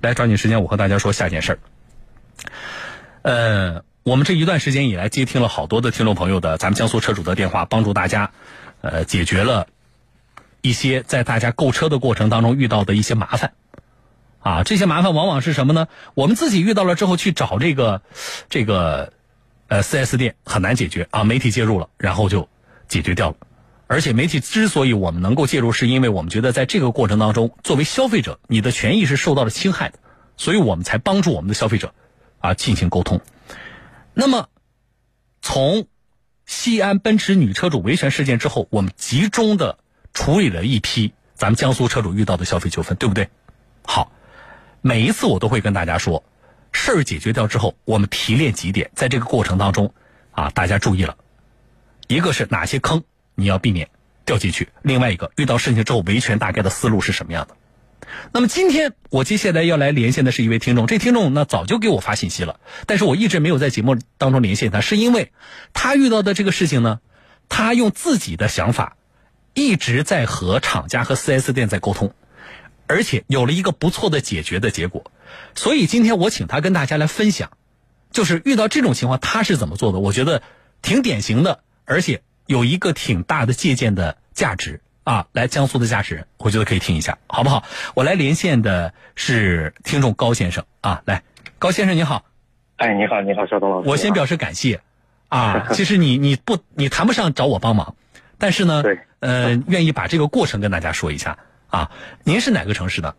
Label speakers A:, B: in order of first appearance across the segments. A: 来，抓紧时间，我和大家说下件事儿。呃，我们这一段时间以来接听了好多的听众朋友的咱们江苏车主的电话，帮助大家呃解决了一些在大家购车的过程当中遇到的一些麻烦。啊，这些麻烦往往是什么呢？我们自己遇到了之后去找这个这个呃 4S 店很难解决啊，媒体介入了，然后就解决掉了。而且媒体之所以我们能够介入，是因为我们觉得在这个过程当中，作为消费者，你的权益是受到了侵害的，所以我们才帮助我们的消费者啊进行沟通。那么，从西安奔驰女车主维权事件之后，我们集中的处理了一批咱们江苏车主遇到的消费纠纷，对不对？好，每一次我都会跟大家说，事儿解决掉之后，我们提炼几点，在这个过程当中啊，大家注意了，一个是哪些坑你要避免掉进去，另外一个遇到事情之后维权大概的思路是什么样的。那么今天我接下来要来连线的是一位听众，这听众呢早就给我发信息了，但是我一直没有在节目当中连线他，是因为他遇到的这个事情呢，他用自己的想法一直在和厂家和 4S 店在沟通，而且有了一个不错的解决的结果，所以今天我请他跟大家来分享，就是遇到这种情况他是怎么做的，我觉得挺典型的，而且有一个挺大的借鉴的价值啊，来江苏的驾驶人，我觉得可以听一下，好不好？我来连线的是听众高先生啊，来，高先生你好，
B: 哎，你好，你好，肖东老师。
A: 我先表
B: 示，
A: 示感谢啊，其实你你不你谈不上找我帮忙，但是呢
B: 对，
A: 呃，愿意把这个过程跟大家说一下啊。您是哪个城市的？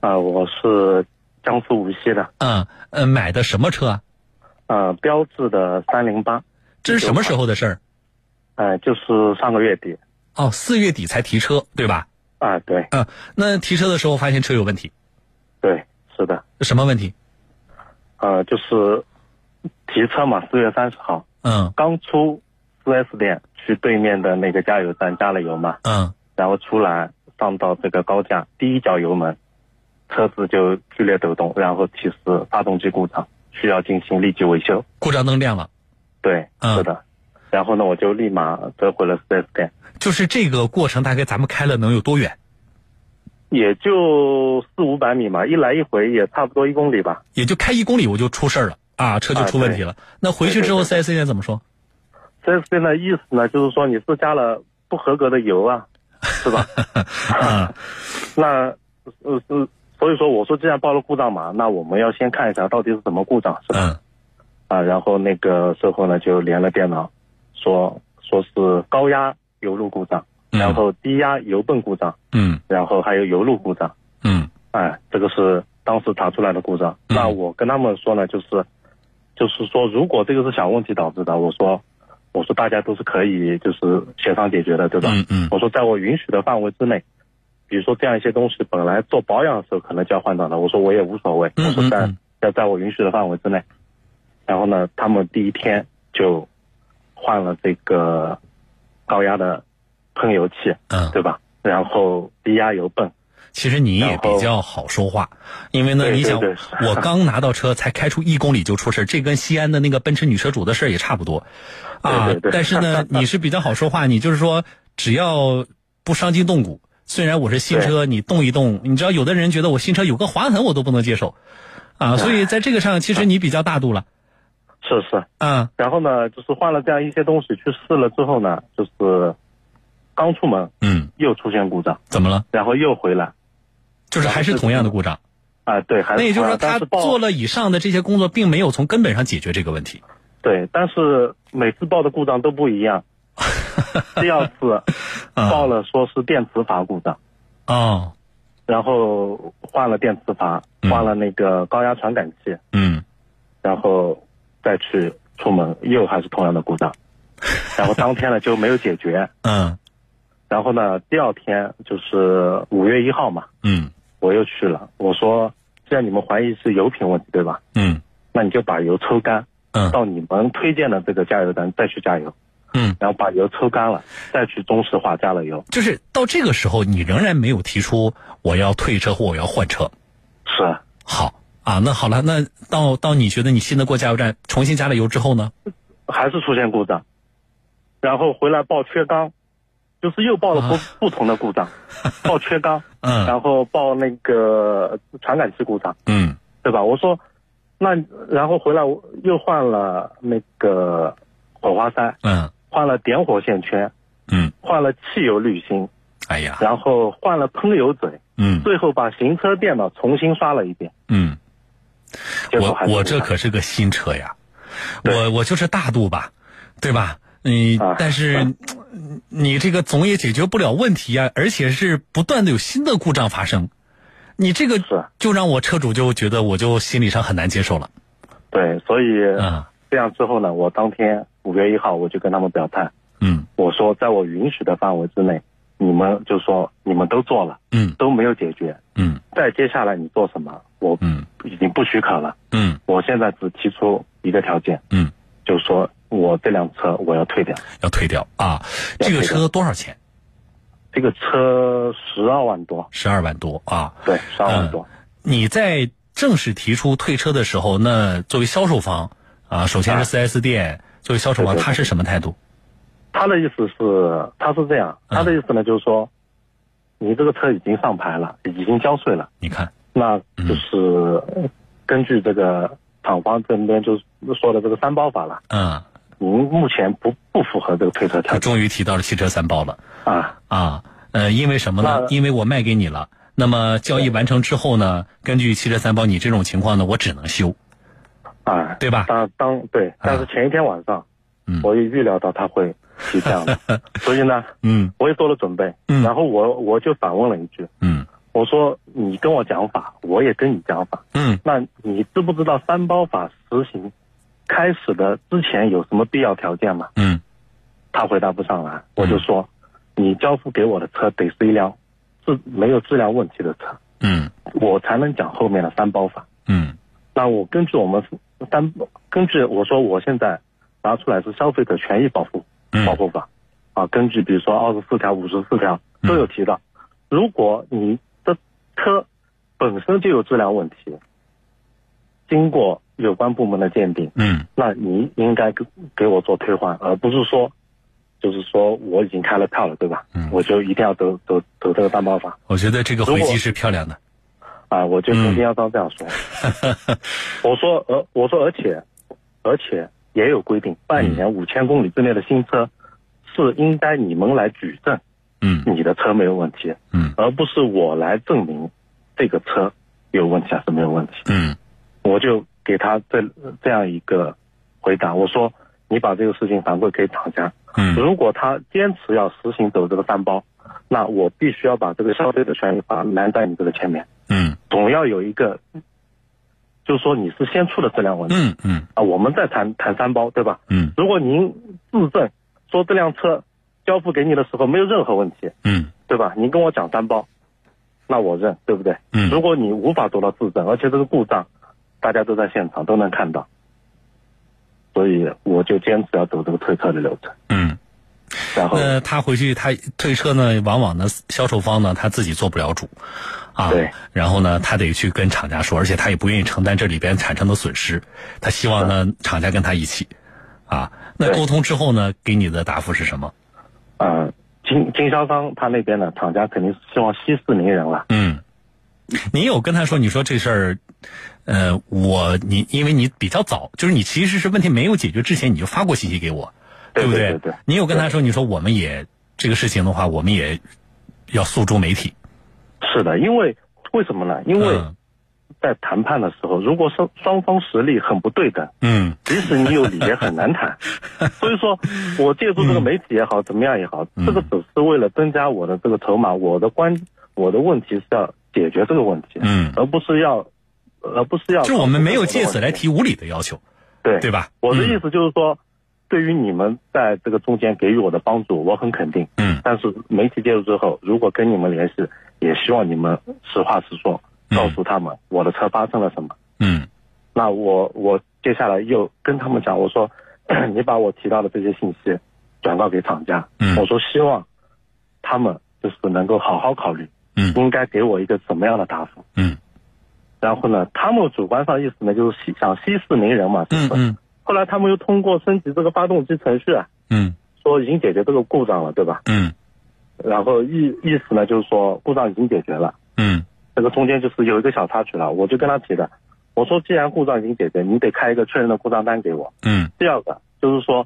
B: 啊、我是江苏无锡的，
A: 嗯呃，买的什么车啊？
B: 呃，标致的三零八，
A: 这是什么时候的事儿？
B: 呃，就是上个月底，
A: 哦，四月底才提车，对吧？
B: 啊、对
A: 嗯、那提车的时候发现车有问题，
B: 对，是的，
A: 什么问题？
B: 呃，就是提车嘛，四月三十号
A: 嗯
B: 刚出 4S 店，去对面的那个加油站加了油嘛，
A: 嗯，
B: 然后出来上到这个高架，第一脚油门，车子就剧烈抖动，然后提示发动机故障，需要进行立即维修。
A: 故障灯亮了，
B: 对，
A: 嗯
B: 是的。然后呢，我就立马折回了 4S 店。
A: 就是这个过程大概咱们开了能有多远？
B: 也就四五百米嘛，一来一回也差不多一公里吧。
A: 也就开一公里我就出事儿了啊，车就
B: 啊
A: 出问题了。那回去之后
B: 对
A: 4S 店怎么说？
B: 这次呢，意思呢，就是说你是加了不合格的油啊，是吧？
A: 啊，
B: 那呃是，所以说我说既然报了故障嘛，那我们要先看一下到底是什么故障，是吧？
A: 嗯
B: 啊，然后那个售后呢就连了电脑，说说是高压油路故障，
A: 嗯
B: 然后低压油泵故障，
A: 嗯
B: 然后还有油路故障。
A: 嗯
B: 哎，这个是当时查出来的故障。
A: 嗯
B: 那我跟他们说呢，就是，就是说，如果这个是小问题导致的，我说，我说大家都是可以就是协商解决的，对吧？
A: 嗯嗯
B: 我说在我允许的范围之内，比如说这样一些东西本来做保养的时候可能就要换挡的，我说我也无所谓，
A: 嗯
B: 我说在
A: 嗯
B: 要在我允许的范围之内。然后呢，他们第一天就换了这个高压的喷油器，
A: 嗯，
B: 对吧？然后低压油泵，
A: 其实你也
B: 然后
A: 比较好说话，因为呢，
B: 对
A: 你想
B: 对，对
A: 我刚拿到车，才开出一公里就出事儿，这跟西安的那个奔驰女车主的事儿也差不多，啊
B: 对对，对
A: 但是 呢，你是比较好说话，你就是说，只要不伤筋动骨，虽然我是新车，你动一动，你知道，有的人觉得我新车有个划痕我都不能接受，啊，所以在这个上，其实你比较大度了，
B: 是是。
A: 啊，
B: 然后呢，就是换了这样一些东西去试了之后呢，就是刚出门
A: 嗯，
B: 又出现故障，
A: 怎么了？
B: 然后又回来
A: 就是还是同样的故障，
B: 啊、对，还
A: 那也就是说，
B: 但
A: 他
B: 是报
A: 做了以上的这些工作，并没有从根本上解决这个问题。
B: 对，但是每次报的故障都不一 样。第二次
A: 啊
B: 报了说是电磁阀故障，
A: 哦，
B: 然后换了电磁阀，
A: 嗯
B: 换了那个高压传感器，
A: 嗯。
B: 然后再去出门又还是同样的故障，然后当天呢就没有解决。
A: 嗯
B: 然后呢，第二天就是五月一号嘛，
A: 嗯
B: 我又去了，我说既然你们怀疑是油品问题，对吧？
A: 嗯
B: 那你就把油抽干，
A: 嗯
B: 到你们推荐的这个加油站再去加油，
A: 嗯，
B: 然后把油抽干了，再去中石化加了油。
A: 就是到这个时候，你仍然没有提出我要退车或我要换车。
B: 是，
A: 好啊，那好了，那到到你觉得你信得过加油站，重新加了油之后呢？
B: 还是出现故障，然后回来报缺缸，就是又报了不、不同的故障，报缺缸，
A: 嗯
B: 然后报那个传感器故障，
A: 嗯
B: 对吧？我说，那然后回来我又换了那个火花塞，
A: 嗯
B: 换了点火线圈，
A: 嗯，
B: 换了汽油滤芯，
A: 哎呀，
B: 然后换了喷油嘴，
A: 嗯
B: 最后把行车电脑重新刷了一遍。
A: 嗯，
B: 结果
A: 我
B: 还是
A: 我
B: 故障
A: 这可是个新车呀，
B: 对
A: 我我就是大度吧，对吧？你、
B: 啊
A: 但是嗯你这个总也解决不了问题呀、而且是不断的有新的故障发生，你这个
B: 是
A: 就让我车主就觉得我就心理上很难接受了，
B: 对，所以
A: 嗯
B: 这样之后呢，我当天五月一号我就跟他们表态，
A: 嗯
B: 我说在我允许的范围之内，你们就说你们都做了，
A: 嗯
B: 都没有解决，
A: 嗯
B: 再接下来你做什么，我
A: 嗯
B: 已经不许可了。
A: 嗯
B: 我现在只提出一个条件，
A: 嗯，
B: 就说我这辆车我要退掉。
A: 要退掉啊！
B: 要
A: 这个
B: 退掉
A: 车多少钱？
B: 这个车十二万多，
A: 十二万多啊！
B: 对，十二万多，
A: 你在正式提出退车的时候，那作为销售方啊，首先是
B: 啊
A: 4S 店，作为销售方
B: 对对对
A: 他是什么态度？
B: 他的意思是，他是这样，
A: 嗯
B: 他的意思呢就是说，你这个车已经上牌了，已经交税了，
A: 你看，
B: 那
A: 嗯
B: 就是根据这个厂方这边就是说的这个三包法了，
A: 嗯，
B: 您目前不不符合这个退车条
A: 他
B: 件
A: 终于提到了汽车三包了
B: 啊，
A: 啊，呃，因为什么呢
B: 那？
A: 因为我卖给你了，那么交易完成之后呢，根据汽车三包你这种情况呢，我只能修，
B: 啊，
A: 对吧？
B: 当当对，但是前一天晚上，
A: 嗯
B: 我也预料到他会提 这样的，所以呢，
A: 嗯
B: 我也做了准备，
A: 嗯
B: 然后我我就反问了一句，
A: 嗯
B: 我说你跟我讲法，我也跟你讲法，
A: 嗯
B: 那你知不知道三包法实行开始的之前有什么必要条件吗？
A: 嗯
B: 他回答不上来，我就说，你交付给我的车得是一辆质没有质量问题的车，
A: 嗯
B: 我才能讲后面的三包法。
A: 嗯
B: 那我根据我们三，根据我说我现在拿出来是消费者权益保护
A: 嗯
B: 保护法，啊，根据比如说二十四条、五十四条
A: 嗯
B: 都有提到，如果你的车本身就有质量问题，经过有关部门的鉴定，
A: 嗯
B: 那你应该给给我做退换，而不是说，就是说我已经开了票了，对吧？
A: 嗯
B: 我就一定要走走走这个担保法
A: 我觉得这个回
B: 如
A: 击
B: 果
A: 是漂亮的。
B: 啊！我就
A: 嗯
B: 肯定要照这样说。我说，而、我说，而且，而且也有规定，半年
A: 嗯
B: 五千公里之内的新车，是应该你们来举证
A: 嗯
B: 你的车没有问题，
A: 嗯
B: 而不是我来证明这个车有问题还是没有问题。
A: 嗯
B: 我就给他这这样一个回答，我说你把这个事情反馈给厂家，
A: 嗯
B: 如果他坚持要实行走这个三包，那我必须要把这个消费者权益法拦在你这个前面，
A: 嗯
B: 总要有一个，就说你是先出了质量问题、
A: 嗯嗯
B: 啊，我们再谈谈三包，对吧？
A: 嗯
B: 如果您自证说这辆车交付给你的时候没有任何问题，
A: 嗯
B: 对吧？您跟我讲三包，那我认，对不对？
A: 嗯
B: 如果你无法做到自证，而且这个故障大家都在现场都能看到，所以我就坚持要走这个退车的流程，
A: 嗯。
B: 然后。
A: 那他回去他退车呢，往往呢销售方呢他自己做不了主，啊，
B: 对，
A: 然后呢他得去跟厂家说，而且他也不愿意承担这里边产生的损失，他希望呢厂家跟他一起，啊，那
B: 对
A: 沟通之后呢，给你的答复是什么？
B: 呃，经经销商他那边呢，厂家肯定是希望息事宁人了。
A: 嗯，你有跟他说，你说这事儿，呃，我你因为你比较早，就是你其实是问题没有解决之前你就发过信息给我，
B: 对
A: 不
B: 对对对
A: 你有跟他说，你说我们也这个事情的话，我们也要诉诸媒体，
B: 是的，因为为什么呢？因为
A: 嗯
B: 在谈判的时候，如果双双方实力很不对等，
A: 嗯
B: 即使你有理也很 难谈。所以说我借助这个媒体也好，怎么样也好，
A: 嗯
B: 这个只是为了增加我的这个筹码。我的关我的问题是要解决这个问题，
A: 嗯
B: 而不是要，而不是要。
A: 就是我们没有借此来提无理的要求，
B: 对
A: 对吧？嗯
B: 我的意思就是说，对于你们在这个中间给予我的帮助，我很肯定。
A: 嗯
B: 但是媒体介入之后，如果跟你们联系，也希望你们实话实说，
A: 嗯
B: 告诉他们我的车发生了什么。
A: 嗯
B: 那我我接下来又跟他们讲，我说 你把我提到的这些信息转告给厂家，
A: 嗯
B: 我说希望他们就是能够好好考虑，
A: 嗯
B: 应该给我一个什么样的答复。
A: 嗯
B: 然后呢，他们主观上意思呢就是息想息事宁人嘛，是
A: 嗯
B: 不是？
A: 嗯
B: 后来他们又通过升级这个发动机程序啊，
A: 嗯
B: 说已经解决这个故障了，对吧？
A: 嗯
B: 然后意意思呢就是说故障已经解决了，
A: 嗯
B: 这个中间就是有一个小插曲了，我就跟他提的，我说既然故障已经解决，你得开一个确认的故障单给我。
A: 嗯
B: 第二个就是说，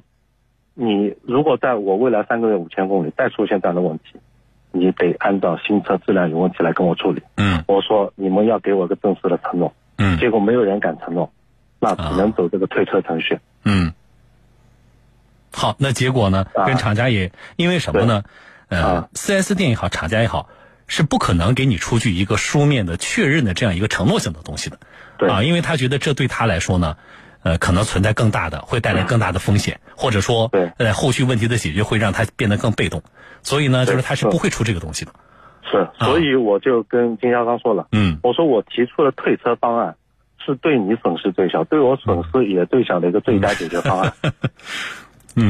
B: 你如果在我未来三个月五千公里再出现这样的问题，你得按照新车质量有问题来跟我处理。
A: 嗯
B: 我说你们要给我个正式的承诺，
A: 嗯
B: 结果没有人敢承诺，那只
A: 啊
B: 能走这个退车程序。
A: 嗯。好，那结果呢？
B: 啊
A: 跟厂家也因为什么呢？呃
B: 啊
A: ，4S 店也好，厂家也好，是不可能给你出具一个书面的确认的这样一个承诺性的东西的。
B: 对
A: 啊，因为他觉得这对他来说呢，呃，可能存在更大的，会带来更大的风险，或者说，
B: 嗯对
A: 呃，后续问题的解决会让他变得更被动，所以呢，
B: 对
A: 就是他是
B: 是
A: 不会出这个东西的。
B: 是，
A: 啊
B: 所以我就跟经销商说了，
A: 嗯
B: 我说我提出了退车方案，是对你损失最小，对我损失也最小的一个最佳解决方案。
A: 嗯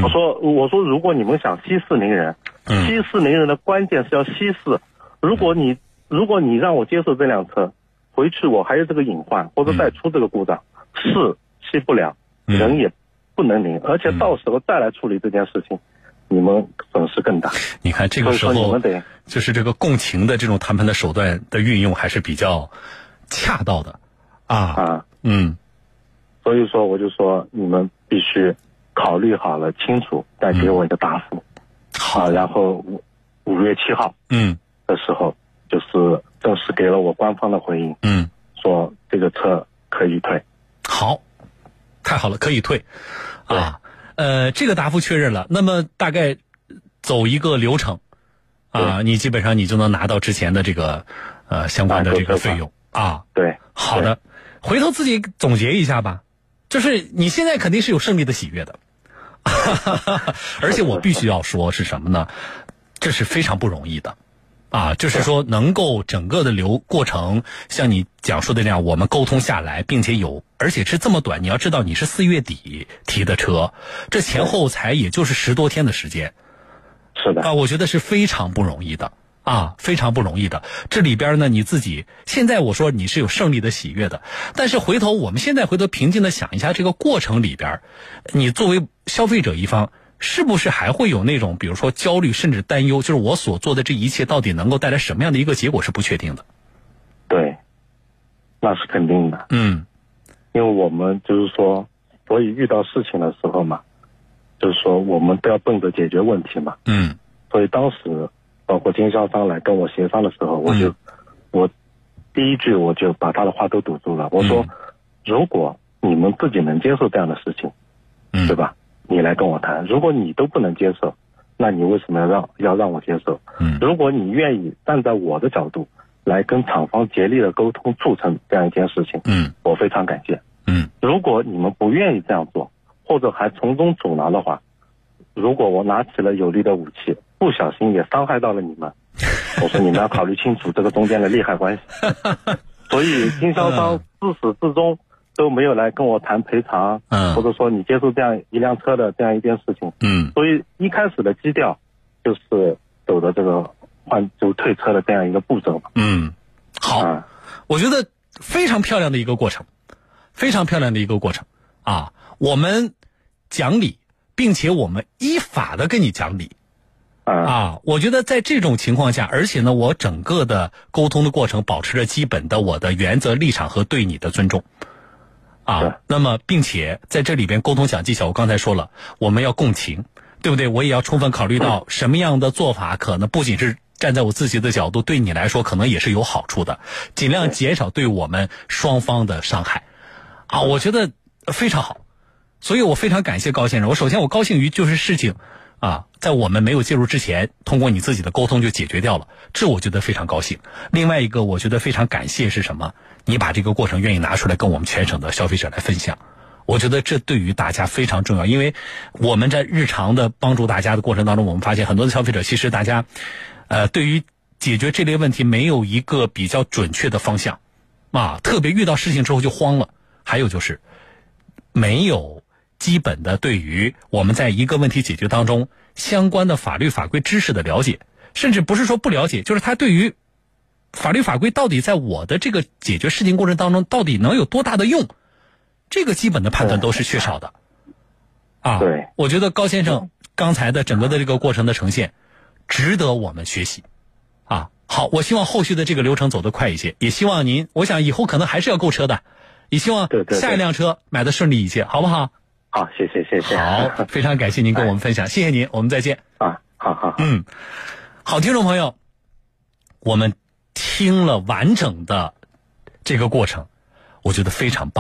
B: 我说我说如果你们想息事宁人，
A: 嗯
B: 息事宁人的关键是要息事。如果你如果你让我接受这辆车，回去我还有这个隐患，或者再出这个故障，是息不了，
A: 嗯
B: 人也不能宁，而且到时候再来处理这件事情，你们损失更大。
A: 你看这个
B: 所以
A: 时
B: 说你
A: 候
B: 们，得
A: 就是这个共情的这种谈判的手段的运用还是比较恰到的啊。
B: 啊，
A: 嗯
B: 所以说我就说你们必须考虑好了清楚，再给我一个答复、
A: 嗯
B: 啊。
A: 好，
B: 然后五五月七号
A: 嗯
B: 的时候，就是正式给了我官方的回应，
A: 嗯，
B: 说这个车可以退。
A: 好，太好了，可以退啊。呃，这个答复确认了，那么大概走一个流程啊，你基本上你就能拿到之前的这个呃相关的这个费用啊。
B: 对，
A: 好的，回头自己总结一下吧。就是你现在肯定是有胜利的喜悦的， 而且我必须要说是什么呢？这是非常不容易的，啊，就是说能够整个的流过程像你讲述的那样，我们沟通下来，并且有，而且是这么短。你要知道，你是四月底提的车，这前后才也就是十多天的时间，
B: 是的，
A: 啊，我觉得是非常不容易的啊，非常不容易的。这里边呢，你自己现在我说你是有胜利的喜悦的，但是回头我们现在回头平静的想一下，这个过程里边，你作为消费者一方。是不是还会有那种，比如说焦虑甚至担忧，就是我所做的这一切到底能够带来什么样的一个结果是不确定的？
B: 对，那是肯定的，
A: 嗯
B: 因为我们就是说，所以遇到事情的时候嘛，就是说我们都要奔着解决问题嘛。
A: 嗯
B: 所以当时包括经销商来跟我协商的时候，我
A: 嗯
B: 就、我第一句我就把他的话都堵住了，我说、
A: 嗯
B: 如果你们自己能接受这样的事情，
A: 嗯，
B: 对？吧？你来跟我谈，如果你都不能接受，那你为什么要让要让我接受？
A: 嗯
B: 如果你愿意站在我的角度来跟厂方竭力的沟通，促成这样一件事情，
A: 嗯
B: 我非常感谢。
A: 嗯
B: 如果你们不愿意这样做，或者还从中阻挠的话，如果我拿起了有力的武器，不小心也伤害到了你们， 我说你们要考虑清楚这个中间的利害关系。所以经销商自始至终都没有来跟我谈赔偿，
A: 嗯
B: 或者说你接受这样一辆车的这样一件事情。
A: 嗯
B: 所以一开始的基调就是走的这个换就退车的这样一个步骤嘛。
A: 嗯，好。
B: 啊，
A: 我觉得非常漂亮的一个过程，非常漂亮的一个过程啊！我们讲理，并且我们依法的跟你讲理
B: 啊，
A: 啊！我觉得在这种情况下，而且呢，我整个的沟通的过程保持着基本的我的原则立场和对你的尊重。
B: 对
A: 啊，那么并且在这里边沟通讲技巧，我刚才说了，我们要共情，对不对？我也要充分考虑
B: 嗯
A: 到什么样的做法可能不仅是站在我自己的角度，对你来说可能也是有好处的，尽量减少对我们双方的伤害。啊，我觉得非常好，所以我非常感谢高先生。我首先我高兴于就是事情啊，在我们没有介入之前，通过你自己的沟通就解决掉了，这我觉得非常高兴。另外一个我觉得非常感谢是什么？你把这个过程愿意拿出来跟我们全省的消费者来分享。我觉得这对于大家非常重要，因为我们在日常的帮助大家的过程当中，我们发现很多的消费者其实大家，呃，对于解决这类问题没有一个比较准确的方向，啊，特别遇到事情之后就慌了。还有就是，没有基本的对于我们在一个问题解决当中相关的法律法规知识的了解，甚至不是说不了解，就是他对于法律法规到底在我的这个解决事情过程当中到底能有多大的用，这个基本的判断都是缺少的。啊，
B: 对
A: 我觉得高先生刚才的整个的这个过程的呈现，值得我们学习啊。好，我希望后续的这个流程走得快一些，也希望您，我想以后可能还是要购车的，也希望
B: 对对对
A: 下一辆车买的顺利一些，好不好？
B: 好，谢谢谢谢。
A: 好，非常感谢您跟我们分享，谢谢您，我们再见。
B: 啊，好好好，
A: 嗯，好，听众朋友，我们听了完整的这个过程，我觉得非常棒。